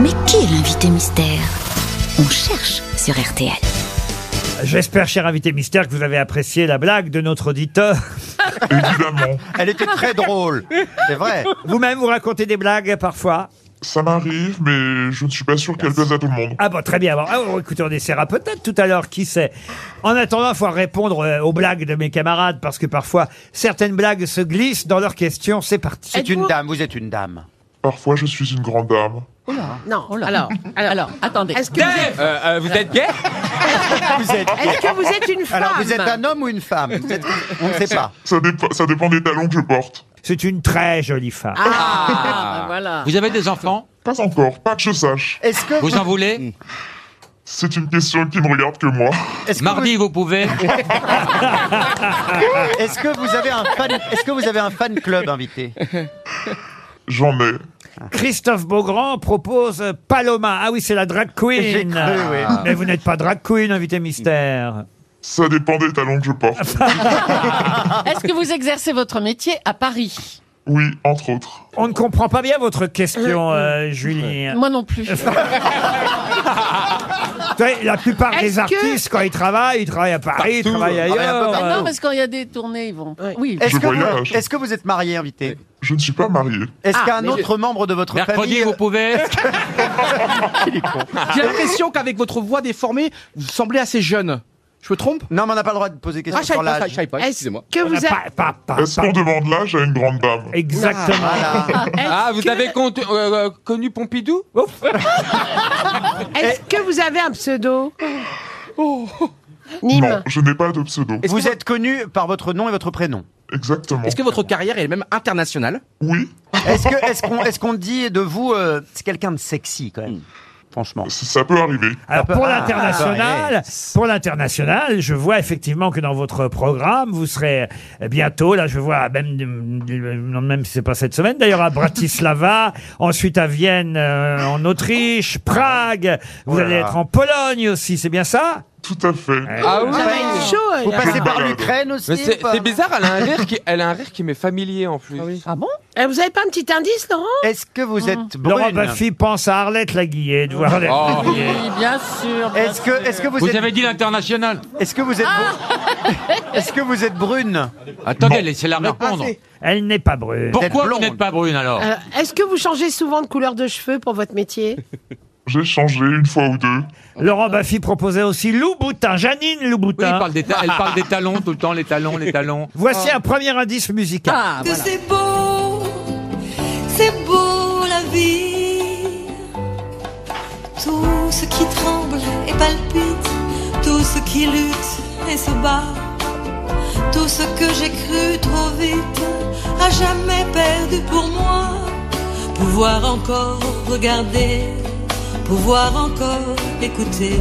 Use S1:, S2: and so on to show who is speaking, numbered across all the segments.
S1: Mais qui est l'invité mystère On cherche sur RTL.
S2: J'espère, cher invité mystère, que vous avez apprécié la blague de notre auditeur.
S3: Évidemment,
S4: Elle était très drôle, c'est vrai.
S2: Vous-même, vous racontez des blagues parfois
S3: ça m'arrive, mais je ne suis pas sûr qu'elle plaise à tout le monde.
S2: Ah bon, très bien. Alors, ah, oh, écoutez, on essaiera peut-être tout à l'heure, qui sait. En attendant, il faut répondre euh, aux blagues de mes camarades, parce que parfois, certaines blagues se glissent dans leurs questions. C'est parti.
S4: C'est une dame, vous êtes une dame.
S3: Parfois, je suis une grande dame.
S5: Non. Alors, Oh alors, attendez. Est-ce que, vous êtes-
S6: vous êtes gay
S4: Vous êtes
S5: est-ce que vous êtes une femme
S4: Alors, vous êtes un homme ou une femme Vous êtes- On ne sait pas.
S3: Ça, dépa- ça dépend des talons que je porte.
S2: C'est une très jolie femme.
S5: Ah, bah voilà.
S6: Vous avez des enfants
S3: Pas encore, pas que je sache.
S4: Est-ce que
S6: Vous en voulez
S3: C'est une question qui ne regarde que moi.
S4: est-ce que
S6: Mardi, vous pouvez
S4: vous- est-ce que vous avez un fan Est-ce que vous avez un fan club invité
S3: J'en ai.
S2: Christophe Beaugrand propose Paloma. Ah oui, c'est la drag queen. Ah.
S4: J'ai cru, oui.
S2: Mais vous n'êtes pas drag queen, invité mystère.
S3: Ça dépend des talons que je porte.
S5: Est-ce que vous exercez votre métier à Paris
S3: Oui, entre autres.
S2: On ne comprend pas bien votre question, euh, Julie.
S5: Moi non plus.
S7: Ah
S2: Vous savez, La plupart
S5: Est-ce que-
S2: des artistes, quand ils travaillent, ils travaillent à Paris, ils travaillent
S4: travaillent un peu
S7: bah
S2: ailleurs.
S5: Ah
S4: partout.
S5: non, parce que quand il y a des tournées, ils vont. Oui.
S4: bah Est-ce
S3: Je
S4: que,
S3: voyage.
S4: vous... est-ce que vous êtes marié invité
S3: Je ne suis pas marié.
S4: Est-ce
S5: Ah,
S4: qu'un
S5: mais je-
S4: autre membre de votre
S6: Mercredi,
S4: famille
S6: vous pouvez
S8: J'ai l'impression qu'avec votre voix déformée, vous semblez assez jeune. Je me trompe
S4: Non, mais on n'a pas le droit de poser question
S8: Ah, je savais
S4: sur
S8: pas,
S4: l'âge.
S8: je savais pas, excusez-moi.
S5: Que
S2: On n'a
S5: vous a-
S2: pas- pas- pas-
S3: Est-ce
S2: pas-
S3: qu'on demande l'âge à une grande dame
S2: Exactement.
S4: Voilà.
S5: Est-ce
S6: Ah, vous
S5: que-
S6: avez con- euh, euh, connu Pompidou
S9: Est-ce que vous avez un pseudo
S3: Non, je n'ai pas de pseudo.
S4: Vous êtes connu par votre nom et votre prénom.
S3: Exactement.
S8: Est-ce que votre carrière est même internationale
S3: Oui,
S4: Est-ce que est-ce qu'on est-ce qu'on dit de vous euh, c'est quelqu'un de sexy quand même
S6: Hmm.
S4: Franchement.
S3: c- ça peut arriver.
S2: Alors
S4: peut-
S2: pour
S4: ah,
S2: l'international, pour l'international, je vois effectivement que dans votre programme, vous serez euh, bientôt là. Je vois même euh, non, même si c'est pas cette semaine d'ailleurs à Bratislava, ensuite à Vienne, euh, en Autriche, Prague. Vous allez être en Pologne aussi, c'est bien ça
S3: Tout à fait.
S6: Ah oui
S9: Ça va être chaud.
S4: Vous
S9: là.
S4: passez
S3: Ah.
S4: par l'Ukraine
S6: Mais
S4: aussi
S6: c'est
S4: ou pas
S6: c'est bizarre, elle a un rire qui, elle a un rire qui m'est familier en plus.
S5: Ah bon
S9: Eh, Vous avez pas un petit indice, Laurent
S4: Est-ce que vous êtes
S8: Hmm.
S2: Laurent
S4: brune
S2: Baffy pense à Arlette Laguillet. De voir Arlette
S6: Oh.
S2: Laguillet.
S5: Oui, bien sûr. bien
S4: Est-ce que est-ce que vous,
S6: Vous
S4: êtes
S6: avez dit l'international
S4: est-ce que vous êtes brune Est-ce que vous êtes brune
S6: Attendez, laissez-la répondre.
S2: Elle n'est pas brune.
S4: Vous êtes
S6: Pourquoi vous
S4: blonde.
S6: n'êtes pas brune
S5: Ah.
S6: alors
S9: Euh, Est-ce que vous changez souvent de couleur de cheveux pour votre métier
S3: J'ai changé une fois ou deux.
S2: Ah. Laurent Baffy proposait aussi Louboutin, Janine
S6: Oui,
S2: Louboutin.
S6: elle parle, des ta- elle parle des talons tout le temps, les talons, les talons.
S2: Voici un premier indice musical.
S5: Ah, voilà.
S10: C'est beau, c'est beau la vie. Tout ce qui tremble et palpite, tout ce qui lutte et se bat, tout ce que j'ai cru trop vite, à jamais perdu pour moi. Pouvoir encore regarder, pouvoir encore écouter,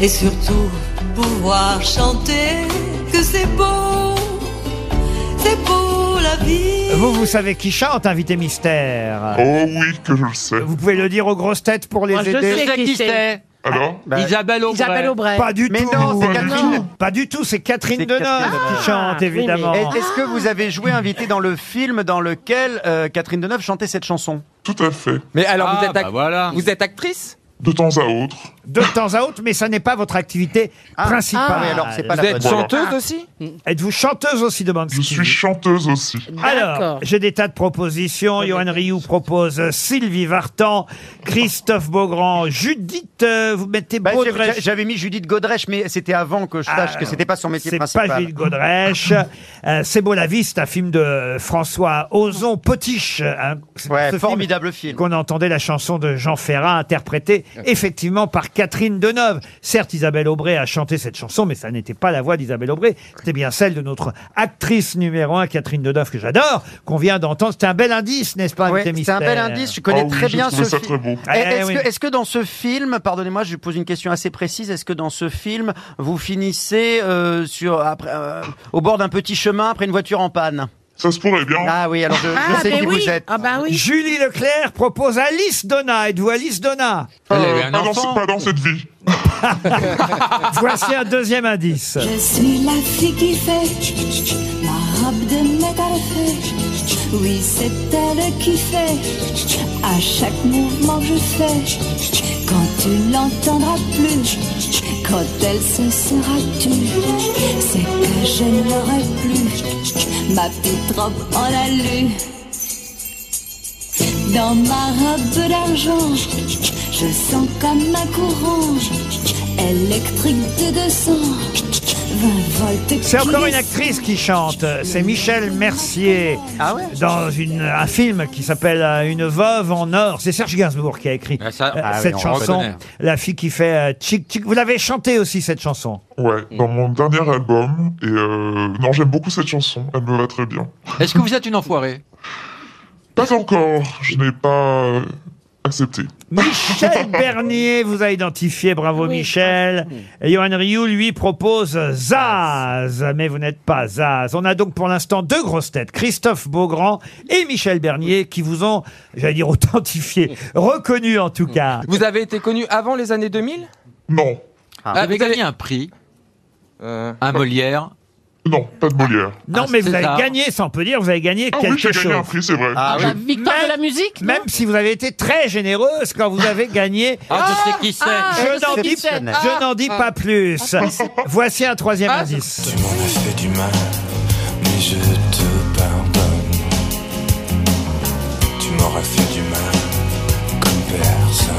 S10: et surtout pouvoir chanter que c'est beau, c'est beau la vie.
S2: Vous, vous savez qui chante, invité mystère
S3: Oh oui, que je le sais.
S2: Vous pouvez le dire aux grosses têtes pour les
S9: Moi, je
S2: aider
S9: sais qui c'est.
S3: Alors
S4: Bah,
S6: Isabelle Aubray.
S9: Isabelle Aubray.
S2: Pas du
S4: Mais
S2: tout.
S4: non, c'est
S2: Pas du
S4: Catherine.
S2: tout. Pas du tout, c'est Catherine
S4: C'est
S2: Deneuve
S4: Catherine Deneuve.
S2: qui chante,
S9: Ah, oui, mais-
S2: évidemment.
S4: Est- Est-ce que vous avez joué invité dans le film dans lequel euh, Catherine Deneuve chantait cette chanson
S3: Tout à fait.
S6: Mais alors vous êtes
S8: bah
S6: ac-
S8: voilà.
S6: vous êtes actrice
S3: De temps à autre.
S2: De temps à autre, mais ça n'est pas votre activité
S4: Ah.
S2: principale.
S4: Ah oui, alors c'est pas
S6: Vous
S4: la
S6: êtes
S4: bonne.
S6: chanteuse aussi
S2: Êtes-vous chanteuse aussi, demande
S3: Je suis
S2: Stevie.
S3: chanteuse aussi.
S2: Alors,
S9: D'accord.
S2: j'ai des tas de propositions. Johan Rioux propose Sylvie Vartan, Christophe Beaugrand, Judith, euh, vous mettez
S4: Bah, j'ai-
S2: Baudrech.
S4: j'ai- J'avais mis Judith Godrèche, mais c'était avant que je sache
S2: Ah,
S4: que c'était pas son métier
S2: C'est pas
S4: principal.
S2: Gilles Godrèche. Euh, c'est beau la vie, c'est un film de euh, François Ozon Potiche. hein. C'est
S4: Ouais,
S2: ce film
S4: formidable film.
S2: qu'on entendait la chanson de Jean Ferrat interprétée effectivement par Catherine Deneuve. Certes, Isabelle Aubray a chanté cette chanson, mais ça n'était pas la voix d'Isabelle Aubray. C'était bien celle de notre actrice numéro un, Catherine Deneuve, que j'adore, qu'on vient d'entendre. C'est un bel indice, n'est-ce pas,
S4: Ouais,
S2: invité
S4: c'est un bel
S2: mystère
S4: indice, je connais
S3: Ah oui,
S4: très
S3: j'ai
S4: bien
S3: trouvé
S4: ce
S3: ça
S4: film.
S3: très beau.
S2: Eh,
S4: Et Est-ce
S2: oui.
S4: que, est-ce que dans ce film, pardonnez-moi, je vous pose une question assez précise, est-ce que dans ce film, vous finissez euh, sur, après, euh, au bord d'un petit chemin après une voiture en panne
S3: Ça se pourrait bien.
S4: Ah oui, alors je, je
S9: Ah,
S4: sais
S9: ben
S4: qui
S9: oui.
S4: vous êtes.
S9: Ah, bah oui.
S2: Julie Leclerc propose Alice Donna. Êtes-vous Alice Donna
S6: Elle avait un
S3: euh, pas, dans,
S6: enfant.
S3: ce- pas dans cette vie.
S4: Ah.
S2: Voici un deuxième indice.
S10: Je suis la fille qui fait tch, tch, tch, ma robe de métal fait tch, tch, tch,
S11: Oui, c'est elle qui fait à chaque mouvement que je fais. Quand tu l'entendras plus, quand elle se sera tue, c'est que je ne l'aurai plus. Ma petite robe en alu. Dans ma robe d'argent, je sens comme un courant électrique de 200, 20 volts. qui
S2: C'est encore une
S11: descend.
S2: actrice qui chante. C'est Michel Mercier dans une, un film qui s'appelle euh, Une veuve en or. C'est Serge Gainsbourg qui a écrit
S8: Ah, ça-
S2: euh,
S8: ah oui,
S2: cette
S8: on
S2: chanson.
S8: reconnaît.
S2: La fille qui fait euh, tchic tchic. Vous l'avez chantée aussi cette chanson.
S3: Ouais, dans mon dernier album. Et euh, non, j'aime beaucoup cette chanson, elle me va très bien.
S8: Est-ce que vous êtes une enfoirée
S3: Pas encore, je n'ai pas euh, accepté.
S2: Michel Bernier vous a identifié. Bravo Michel. Et Johan Rioux lui propose Zaz. Mais vous n'êtes pas Zaz. On a donc pour l'instant deux grosses têtes. Christophe Beaugrand et Michel Bernier qui vous ont, j'allais dire, authentifié. Reconnu en tout cas.
S6: Vous avez été connu avant les années 2000
S3: Non,
S8: Ah. Vous avez
S6: Avec
S8: gagné un prix,
S6: Euh,
S8: un Molière.
S3: non, pas de Molière.
S2: Non,
S8: Ah,
S2: mais vous
S8: c'est
S2: avez
S8: ça.
S2: gagné, ça on peut dire, vous avez gagné
S3: Ah oui,
S2: quelque
S3: j'ai
S2: chose.
S3: gagné un prix, c'est vrai.
S4: Ah
S3: J'ai-
S7: La victoire de la musique non
S2: Même si vous avez été très généreuse quand vous avez gagné.
S8: Ah, je sais qui c'est.
S7: Ah,
S2: je n'en
S7: sais
S2: dis,
S7: qui c'est.
S2: je n'en
S7: Ah.
S2: dis pas plus. Voici un troisième indice.
S12: Tu m'en as fait du mal, mais je te pardonne. Tu m'auras fait du mal, comme personne.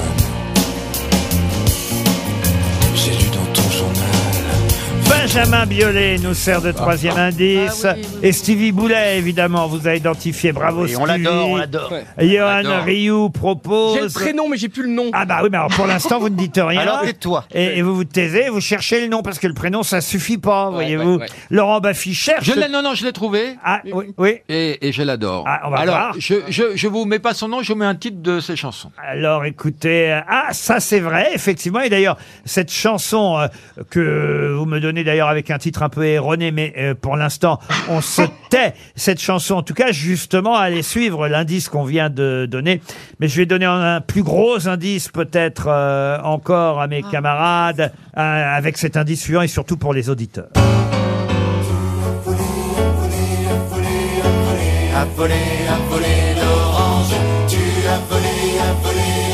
S12: J'ai lu dans ton journal. Ah.
S2: Benjamin Biolay nous sert de troisième indice.
S7: Ah oui, oui, oui.
S2: Et Stevie Boulet, évidemment, vous a identifié. Bravo
S4: Oui,
S2: Stevie.
S4: on l'adore, on l'adore.
S8: On
S2: Johan
S8: l'adore.
S2: Rioux propose.
S13: J'ai le prénom, mais j'ai plus le nom.
S2: Ah bah oui, mais alors pour l'instant, vous ne dites rien.
S4: Alors tais-toi.
S2: Et, et vous vous taisez, vous cherchez le nom, parce que le prénom, ça suffit pas, voyez-vous.
S13: ouais, ouais.
S2: Laurent Baffy cherche.
S8: Je l'ai, non, non, je l'ai trouvé.
S2: Ah oui, oui.
S8: Et, et je l'adore.
S2: Ah, on va
S8: Alors,
S2: voir.
S8: Je, je, je vous mets pas son nom, je vous mets un titre de ses chansons.
S2: Alors écoutez, euh, ah ça c'est vrai, effectivement. Et d'ailleurs, cette chanson euh, que vous me donnez d'ailleurs avec un titre un peu erroné, mais euh, pour l'instant on se tait, cette chanson en tout cas, justement, allez suivre l'indice qu'on vient de donner. Mais je vais donner un, un plus gros indice peut-être euh, encore à mes camarades euh, avec cet indice suivant et surtout pour les auditeurs.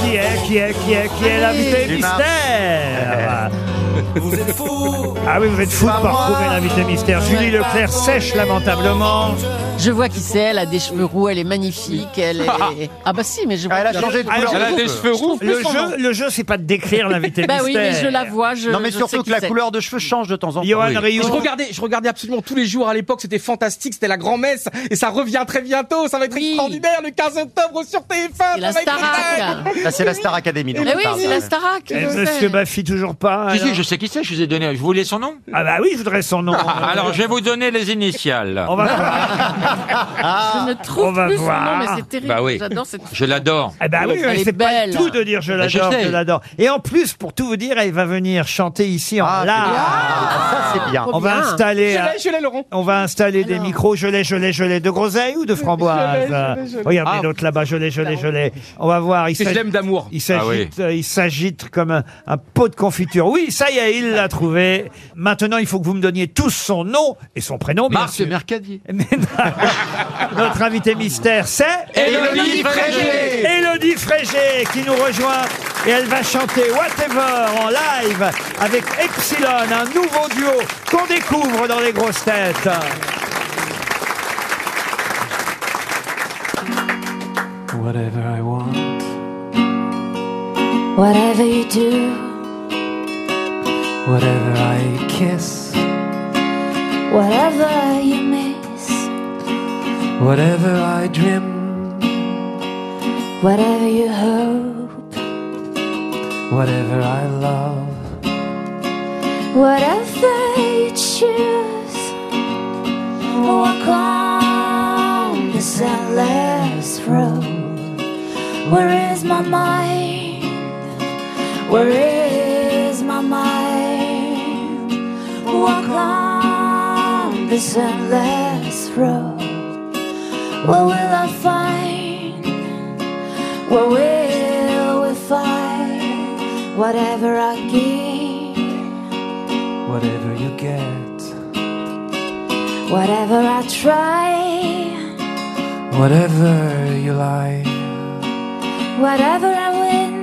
S2: Qui est, qui est, qui est, qui est l'invité
S4: Dumas.
S2: mystère Ah oui, vous êtes fou de pas retrouver l'invité mystère. Julie Leclerc sèche lamentablement.
S7: Je vois qui c'est, elle a des cheveux roux, elle est magnifique, elle est... Ah bah si, mais je vois...
S4: Elle a changé de
S2: Ah,
S4: couleur.
S2: elle a
S4: de
S2: des
S4: cheveux.
S6: cheveux roux.
S2: Le jeu, le jeu, c'est pas de décrire l'invité
S7: Bah
S2: mystère.
S7: oui, mais je la vois, je
S4: Non mais
S7: je sais
S4: surtout
S7: qui
S4: que la
S7: c'est.
S4: couleur de cheveux change de temps en temps.
S2: Johan
S8: Oui.
S13: Et
S2: Rioux.
S13: je regardais, je regardais absolument tous les jours à l'époque, c'était fantastique, c'était la grand-messe, et ça revient très bientôt, ça va être
S7: Oui.
S13: extraordinaire le 15 octobre sur TF1.
S7: C'est la
S13: ça va être génial.
S7: Starac
S4: Là, Ah, c'est la Star Academy. dont
S7: Mais
S4: tu
S7: oui,
S4: parles.
S7: c'est la Starac
S2: Eh,
S7: je
S2: Monsieur
S7: sais.
S2: Baffy, toujours pas.
S6: Ah,
S8: Si, si,
S2: alors
S8: je sais qui c'est, je vous ai donné. Je vous voulais son nom
S2: Ah bah oui, je voudrais son nom.
S8: Alors, je vais vous donner les initiales.
S2: On va voir.
S7: Je ne trouve
S2: On va
S7: plus son
S2: voir.
S7: nom, mais c'est terrible.
S8: Bah oui.
S7: J'adore cette...
S8: Je l'adore.
S2: Eh ben oui,
S7: Elle
S2: mais
S7: est
S2: c'est pas
S7: belle.
S2: tout de dire je
S8: Bah, je
S2: l'adore,
S8: sais.
S2: je l'adore. Et en plus, pour tout vous dire, elle va venir chanter ici en
S4: Ah,
S2: live.
S4: Ah, ça c'est bien.
S2: On va
S14: bien.
S2: installer.
S13: Je
S2: un-
S13: l'ai, je l'ai, Laurent.
S2: On va installer des micros gelés, gelés, gelés de groseille ou de framboise Oh,
S13: gelée, gelée.
S2: Regardez
S13: Ah.
S2: l'autre là-bas, gelé, gelé, gelé. On va voir. Il
S13: C'est je
S2: s'ag-
S13: l'aime d'amour.
S2: il s'agite,
S8: Ah oui.
S2: euh, il s'agite comme un, un pot de confiture. Oui, ça y est, il l'a trouvé. Maintenant, il faut que vous me donniez tous son nom et son prénom, bien
S8: Marc
S2: sûr.
S8: Mercadier.
S2: Mais non, Notre invité mystère, c'est
S8: Élodie Frégé.
S2: Élodie Frégé qui nous rejoint et elle va chanter Whatever en live avec Epsilon, un nouveau duo qu'on découvre dans les grosses têtes.
S12: Whatever I want,
S15: Whatever you do,
S12: whatever I kiss,
S15: whatever you miss,
S12: whatever I dream,
S15: whatever you hope,
S12: whatever I love,
S15: whatever you choose, walk on this endless road. Where is my mind? Where is my mind? Walk on this endless road. What will I find? What will we find? Whatever I give,
S12: whatever you get,
S15: whatever I try,
S16: Whatever you like,
S11: Whatever I win,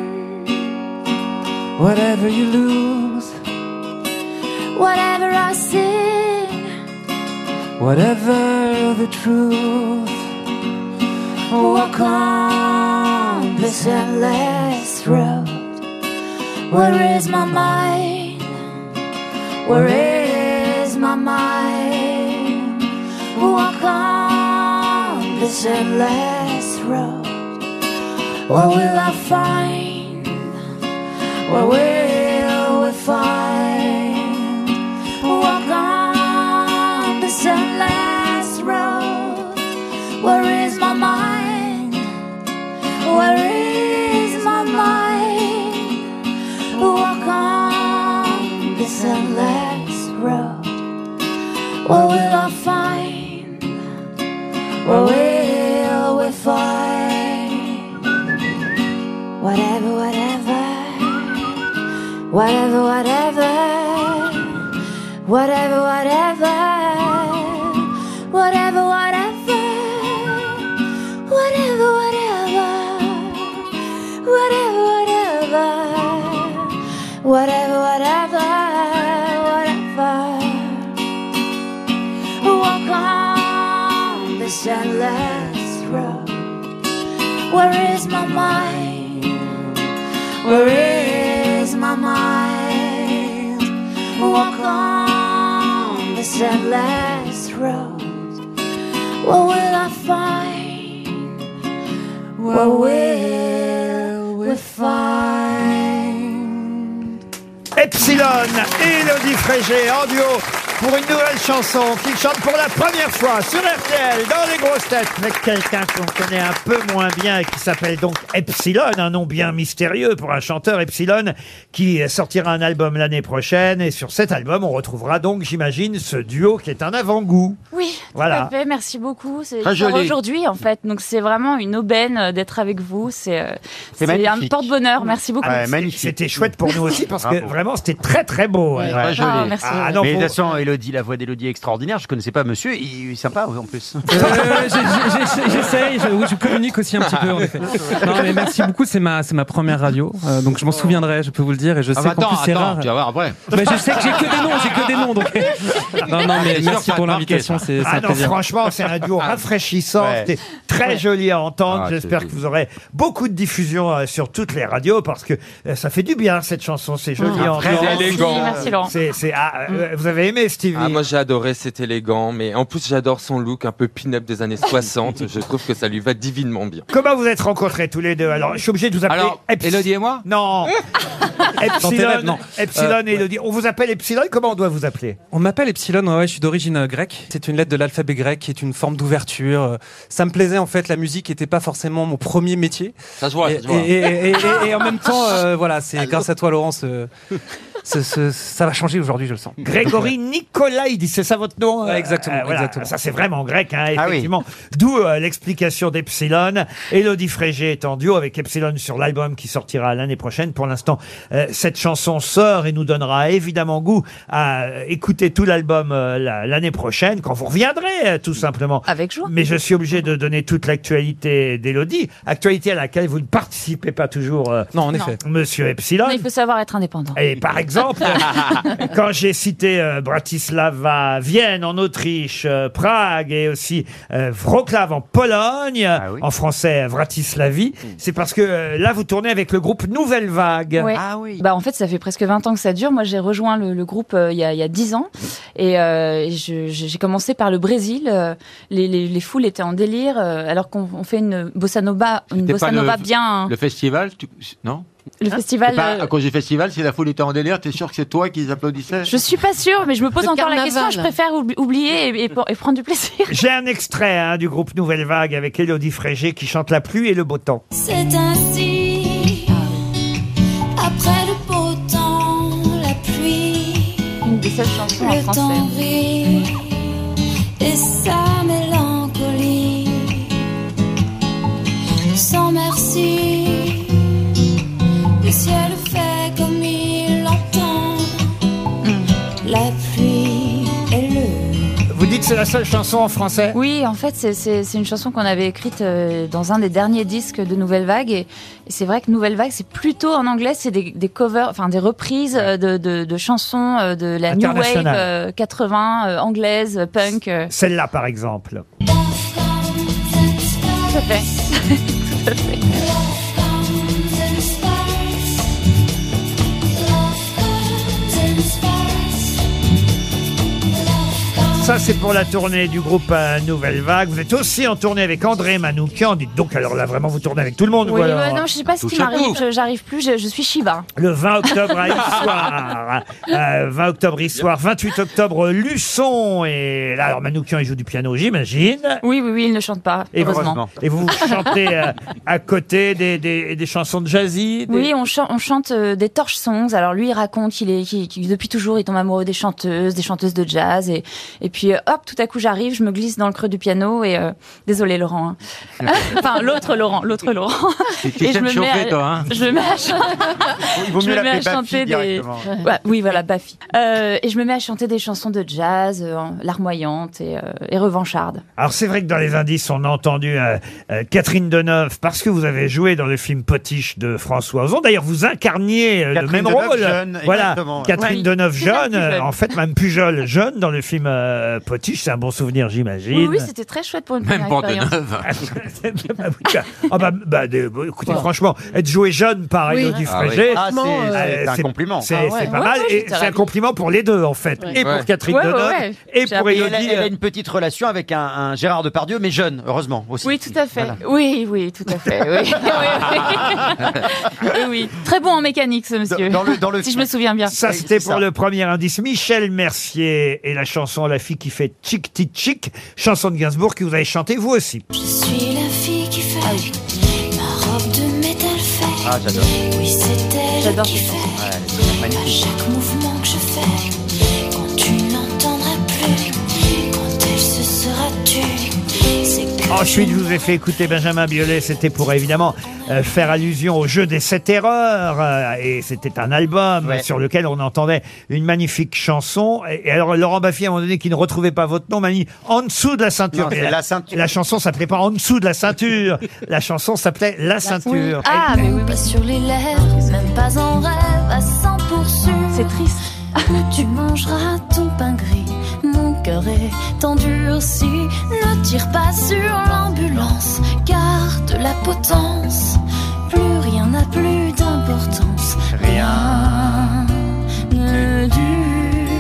S16: whatever you lose,
S11: whatever I sin,
S16: whatever the truth,
S11: walk on this endless road. Where is my mind? Where is my mind? Walk on this endless road. What will I find? What will we find? Walk on this endless road. Where is my mind? Where is my mind? Walk on this endless road. What will I find? What will we find? Whatever, whatever, whatever, whatever, whatever, whatever, whatever, whatever, whatever, whatever, whatever, whatever, whatever, whatever, whatever. Walk on this endless road. Where is my mind? Where is my mind? Walk on this endless road. What will I find? What will we find?
S2: Epsilon, Elodie Frégé en duo pour une nouvelle chanson qu'il chante pour la première fois sur RTL dans les grosses têtes. Mais quelqu'un qu'on connaît un peu moins bien et qui s'appelle donc Epsilon, un nom bien mystérieux pour un chanteur Epsilon qui sortira un album l'année prochaine. Et sur cet album, on retrouvera donc, j'imagine, ce duo qui est un avant-goût.
S7: Oui,
S2: Voilà.
S7: tout à fait. Merci beaucoup. C'est
S2: Très
S7: encore
S2: joli.
S7: aujourd'hui en fait, donc c'est vraiment une aubaine euh, d'être avec vous. C'est euh,
S2: C'est
S7: c'est un
S2: magnifique.
S7: porte-bonheur. Merci beaucoup.
S2: C'était chouette pour nous aussi parce que
S4: Bravo.
S2: vraiment c'était très très beau.
S4: Ouais,
S2: Alors,
S4: très joli.
S2: ah, non,
S4: mais de
S2: faut-
S4: toute façon, Elodie, la voix d'Elodie est extraordinaire. Je connaissais pas monsieur, il est sympa en plus.
S8: Euh, J'essaye, je, oui, je communique aussi un petit peu. En effet. Non, mais merci beaucoup, c'est ma, c'est ma première radio, euh, donc je m'en souviendrai, je peux vous le dire, et je sais
S6: Ah bah
S8: qu'en
S6: attends,
S8: plus c'est
S6: attends,
S8: rare.
S6: tu vas voir après.
S8: Mais je sais que j'ai que des noms, j'ai que des noms, donc. Non, non, mais
S6: C'est sûr que
S8: merci
S6: ça va
S8: pour
S6: te
S8: l'invitation,
S6: marquer,
S8: c'est
S6: ça.
S8: c'est un
S2: Ah non,
S8: plaisir.
S2: franchement, c'est un duo rafraîchissant.
S8: Ouais.
S2: C'était très
S8: Ouais.
S2: joli à entendre.
S8: Ah, c'est-
S2: J'espère que vous aurez beaucoup de diffusion euh, sur toutes les radios parce que euh, ça fait du bien cette chanson. C'est joli
S17: Mmh.
S2: à
S17: Très
S2: entendre.
S17: élégant. Merci, merci, Laurent.
S2: C'est- c'est- ah, euh, Vous avez aimé Stevie
S17: Ah, moi j'ai adoré, c'est élégant, mais en plus j'adore son look un peu pin-up des années 60. je trouve que ça lui va divinement bien.
S2: Comment vous êtes rencontrés tous les deux Alors, je suis obligé de vous appeler.
S17: Alors,
S2: Elodie et moi Non.
S8: Dans tes rêves,
S2: Epsilon,
S8: non.
S2: Epsilon
S8: Euh,
S2: et Elodie. On vous appelle Epsilon Comment on doit vous appeler
S8: On m'appelle Epsilon, ouais, ouais, je suis d'origine euh, grecque. C'est une lettre de l'alphabet grec qui est une forme d'ouverture. Euh, Ça me plaisait en fait, la musique n'était pas forcément mon premier métier.
S6: Ça se voit,
S8: et,
S6: ça se voit.
S8: et- et- et- et en même temps, euh, voilà, c'est grâce à toi Laurence, euh, ce- ce- ça va changer aujourd'hui, je le sens.
S2: Grégory Nicolaïdis, c'est ça votre nom euh,
S8: Ouais, exactement,
S2: voilà,
S8: exactement.
S2: Ça c'est vraiment grec, hein,
S8: Ah oui.
S2: effectivement. D'où euh, l'explication d'Epsilon. Elodie Frégé est en duo avec Epsilon sur l'album qui sortira l'année prochaine. Pour l'instant, euh, cette chanson sort et nous donnera évidemment goût à euh, écouter tout l'album euh, la- l'année prochaine, quand vous reviendrez, euh, tout simplement.
S7: Avec joie.
S2: Mais je suis obligé de donner toute l'actualité d'Elodie, actualité à laquelle vous ne participez pas toujours, euh,
S8: non, en
S7: effet.
S2: Monsieur Epsilon.
S7: Mais il faut savoir être indépendant.
S2: Et par exemple, quand j'ai cité euh, Bratislava, Vienne en Autriche, euh, Prague et aussi euh, Wrocław en Pologne,
S7: Ah
S2: en français euh, Vratislavie, c'est parce que euh, là vous tournez avec le groupe Nouvelle Vague.
S7: Hmm. Ouais. Bah en fait, ça fait presque 20 ans que ça dure. Moi, j'ai rejoint le, le groupe euh, il y, a, il y a 10 ans et euh, je- je- j'ai commencé par le Brésil. Euh, les, les- les foules étaient en délire euh, alors qu'on on fait une bossa nova, une
S6: C'était
S7: bossa
S6: pas le-
S7: nova bien. hein.
S6: Le festival, tu- non
S7: Le festival,
S6: C'est pas
S7: euh,
S6: À cause du festival, si la foule était en délire, t'es sûr que c'est toi qui les applaudissais
S7: Je suis pas sûre, mais je me pose
S6: Le
S7: encore la question.
S6: carnaval.
S7: Je préfère oubli- oublier et, et- et prendre du plaisir.
S2: J'ai un extrait hein, du groupe Nouvelle Vague avec Elodie Frégé qui chante la pluie et le beau temps.
S11: C'est ainsi, après le beau temps, la pluie,
S7: Une des seules chansons en
S11: le
S7: français.
S11: temps rit et sa mélancolie. Sans merci, le ciel fait comme il l'entend, la pluie et le
S2: Vous dites
S18: c'est la seule chanson en français
S7: Oui, en fait, c'est- c'est c'est une chanson qu'on avait écrite euh, dans un des derniers disques de Nouvelle Vague. Et, et c'est vrai que Nouvelle Vague, c'est plutôt en anglais, c'est des, des covers, enfin des reprises euh, de, de- de chansons euh, de la New Wave
S2: Internationale.
S7: euh, 80, euh, anglaise, euh, punk. euh.
S2: Celle-là, par exemple.
S7: Tout à fait. Tout à fait.
S2: Ça, c'est pour la tournée du groupe euh, Nouvelle Vague. Vous êtes aussi en tournée avec André Manoukian. Dites donc, alors là, vraiment, vous tournez avec tout le monde. ou
S7: Oui,
S2: alors, euh,
S7: ouais, non, je sais pas ce
S2: Tout
S7: qui
S2: ça
S7: m'arrive,
S2: court.
S7: je- j'arrive plus, je, je suis Shiva.
S2: Le 20 octobre à Issoire. Euh, 20 octobre Issoire. 28 octobre Luçon. Et là, alors Manoukian, il joue du piano, j'imagine.
S7: Oui, oui, oui, il ne chante pas, heureusement.
S2: Et vous, vous chantez euh, à côté des, des, des chansons de jazzy. des-
S7: Oui, on, chan- on chante euh, des torches songs. Alors lui, il raconte qu'il est, qu'il- qu'il- depuis toujours, il tombe amoureux des chanteuses, des chanteuses de jazz. Et, et puis, euh, hop, tout à coup, j'arrive, je me glisse dans le creux du piano. Et euh, désolé, Laurent. hein. enfin, l'autre Laurent, l'autre Laurent.
S6: Tu- tu t'aimes chauffer, toi, hein.
S7: je me mets à chan-
S6: Il vaut
S7: je
S6: mieux
S7: me mets à
S6: l'appeler Baffy
S7: chanter des.
S6: directement.
S7: Ouais, oui, voilà, Baffy. Euh, et je me mets à chanter des chansons de jazz, euh, larmoyantes et, euh, et revanchardes.
S2: Alors c'est vrai que dans les indices, on a entendu euh, euh, Catherine Deneuve parce que vous avez joué dans le film Potiche de François Ozon. D'ailleurs, vous incarniez euh, le
S4: Catherine
S2: même
S4: Deneuve
S2: rôle.
S4: jeune,
S2: voilà,
S4: exactement, ouais.
S2: Catherine
S4: Oui.
S2: Deneuve
S4: C'est un
S2: jeune,
S4: petit jeune.
S2: euh, en fait même Pujol jeune dans le film euh, Potiche. C'est un bon souvenir, j'imagine.
S7: Oui, oui, c'était très chouette pour une première expérience.
S2: Ah bah, bah, des- bah, écoutez, franchement, être joué jeune par
S7: Oui.
S2: Elodie
S7: Ah oui.
S2: Frégé,
S7: Ah, c'est-
S2: euh,
S4: c'est un compliment.
S2: C'est
S4: Ah ouais.
S2: c'est pas
S4: Ouais,
S2: mal,
S4: ouais,
S2: et
S4: j'étais
S2: c'est un
S4: ravie.
S2: compliment pour les deux en fait, et pour Catherine
S4: Deneuve
S2: Deneuve, et pour
S4: elle, a-
S2: Elodie.
S4: elle a une petite relation avec un, un Gérard Depardieu, mais jeune, heureusement aussi.
S7: Oui, tout à fait. Oui, oui, tout à fait. Oui, oui, oui. oui. Très bon en mécanique, ce monsieur.
S2: Dans- dans le- dans le-
S7: si je me souviens bien.
S2: Ça, c'était pour le premier indice. Michel Mercier et la chanson La fille qui fait tchic tchic tchic, chanson de Gainsbourg que vous avez chantée vous aussi.
S11: Je suis la fille qui fait ma robe de métal fait.
S2: Ah, j'adore.
S11: Oui, c'est elle
S7: J'adore
S11: qui
S7: cette
S11: fait à
S4: magnifique.
S11: chaque mouvement que je fais. Quand tu n'entendras plus, quand elle se sera tue, c'est que
S2: Ensuite, Oh, je vous ai fait écouter Benjamin Biolay. C'était pour évidemment euh, faire allusion au jeu des sept erreurs. euh, et c'était un album
S4: Ouais.
S2: sur lequel on entendait une magnifique chanson. Et, et alors, Laurent Baffy, à un moment donné, qui ne retrouvait pas votre nom, m'a mis en dessous de la ceinture.
S4: Non, c'est
S2: Et la,
S4: la ceinture.
S2: la chanson s'appelait pas en dessous de la ceinture. la chanson s'appelait La ceinture.
S11: Ah, mais oui, pas sur les lèvres, même pas en rêve, à 100 C'est
S7: triste.
S11: Là, tu mangeras ton pain gris. Mon cœur est endurci. Ne tire pas sur l'ambulance, garde la potence. Plus rien n'a plus d'importance. Rien ne dure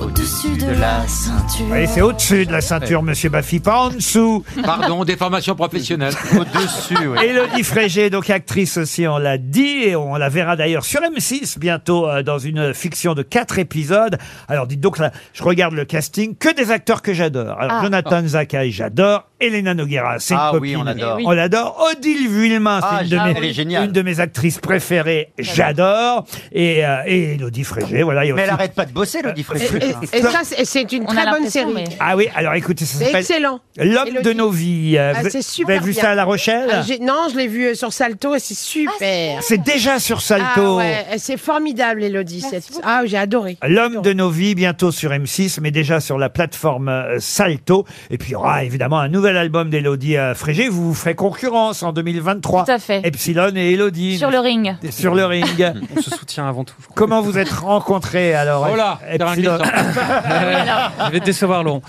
S11: au-dessus de la ceinture.
S2: Vous voyez, c'est au-dessus de la ceinture, monsieur Baffy, pas en dessous.
S6: Pardon, des formations professionnelles. Au-dessus,
S2: Élodie Frégé, donc actrice aussi, on l'a dit, et on la verra d'ailleurs sur M6 bientôt euh, dans une fiction de quatre épisodes. Alors dites donc là, je regarde le casting, que des acteurs que j'adore. Alors
S4: Ah.
S2: Jonathan Zakai, j'adore. Elena Noguera, c'est une
S4: Ah oui,
S2: copine.
S4: on l'adore. Eh oui.
S2: On l'adore. Odile Villemain,
S4: Ah,
S2: c'est une, de
S4: ah
S2: mes-
S4: oui. elle est géniale.
S2: une de mes actrices préférées, j'adore. Et, euh, et Élodie Frégé, voilà. il y a
S4: Mais elle
S2: aussi-
S4: arrête pas de bosser, Lodi hein.
S9: Et,
S4: Frégé.
S9: et- et ça, c'est- c'est une
S7: On a
S9: très bonne
S7: l'impression,
S9: série.
S7: mais-
S2: Ah oui, alors écoutez, ça
S9: C'est
S2: s'appelle
S9: excellent.
S2: L'homme de nos vies. Euh,
S9: Ah,
S2: vous-
S9: c'est
S2: Vous
S9: super.
S2: avez vu
S9: bien.
S2: ça à La Rochelle
S9: Ah, j'ai- Non, je l'ai vu euh, sur Salto et c'est super.
S2: C'est déjà sur
S9: Ah
S2: Salto.
S9: ouais, et c'est formidable, Elodie. Ah, j'ai adoré.
S2: L'homme de nos vies, bientôt sur M6, mais déjà sur la plateforme euh, Salto. Et puis, il y aura évidemment un nouvel album d'Elodie euh, Frégé. Vous vous ferez concurrence en 2023.
S7: Tout à fait.
S2: Epsilon et Elodie.
S7: Sur le ring.
S2: Sur le ring.
S8: On se soutient avant tout.
S2: Comment vous êtes rencontrés alors
S8: Oh là,
S2: Ep-
S8: terrain
S2: Epsilon
S8: Je vais te décevoir, Laurent.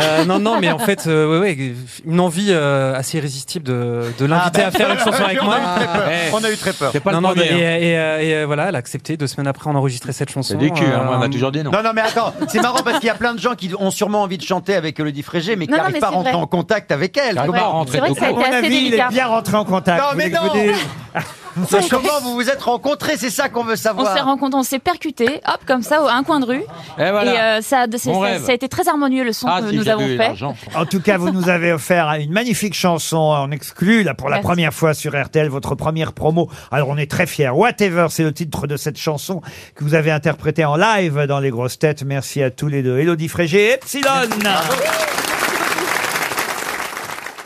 S8: Euh, non, non, mais en fait, euh, ouais, ouais, une envie euh, assez irrésistible de, de l'inviter
S4: bah,
S8: à faire une chanson avec
S4: on a
S8: moi.
S4: eu très peur.
S8: Eh.
S4: On a eu très peur. C'est pas le
S8: Non, non,
S4: premier,
S8: mais- et, et, euh, et, euh, voilà, elle a accepté. Deux semaines après, on a enregistré cette chanson. euh,
S6: des culs, hein, moi, on m'a toujours dit
S4: Non, non, mais attends, c'est marrant parce qu'il y a plein de gens qui ont sûrement envie de chanter avec Elodie Frégé, mais qui
S7: Non, non,
S4: n'arrivent
S7: mais
S4: pas à
S7: c'est
S4: rentrer
S7: vrai.
S4: en contact avec elle.
S8: Ah,
S7: J'arrive pas à rentrer C'est vrai que ça a
S2: À
S7: été
S2: mon
S7: assez
S2: avis, il est
S7: délicat.
S2: bien rentré en contact.
S4: Non, mais
S2: Vous
S4: non
S2: voulez-
S4: Mais Comment vous vous êtes rencontrés C'est ça qu'on veut
S7: On s'est
S4: savoir.
S7: rencontrés, on s'est percutés, hop, comme ça, à un coin de rue.
S4: Et voilà.
S7: euh, ça, a- c'est-
S2: Bon
S7: ça-
S2: rêve. Ah,
S7: ça a été très harmonieux le
S6: Ah,
S7: son que nous avons fait.
S2: En tout cas, vous nous avez offert une magnifique chanson en exclu, là, pour la
S7: Merci.
S2: première fois sur RTL, votre première promo. Alors, on est très fiers. Whatever, c'est le titre de cette chanson que vous avez interprétée en live dans Les Grosses Têtes. Merci à tous les deux. Élodie Frégé et Epsilon.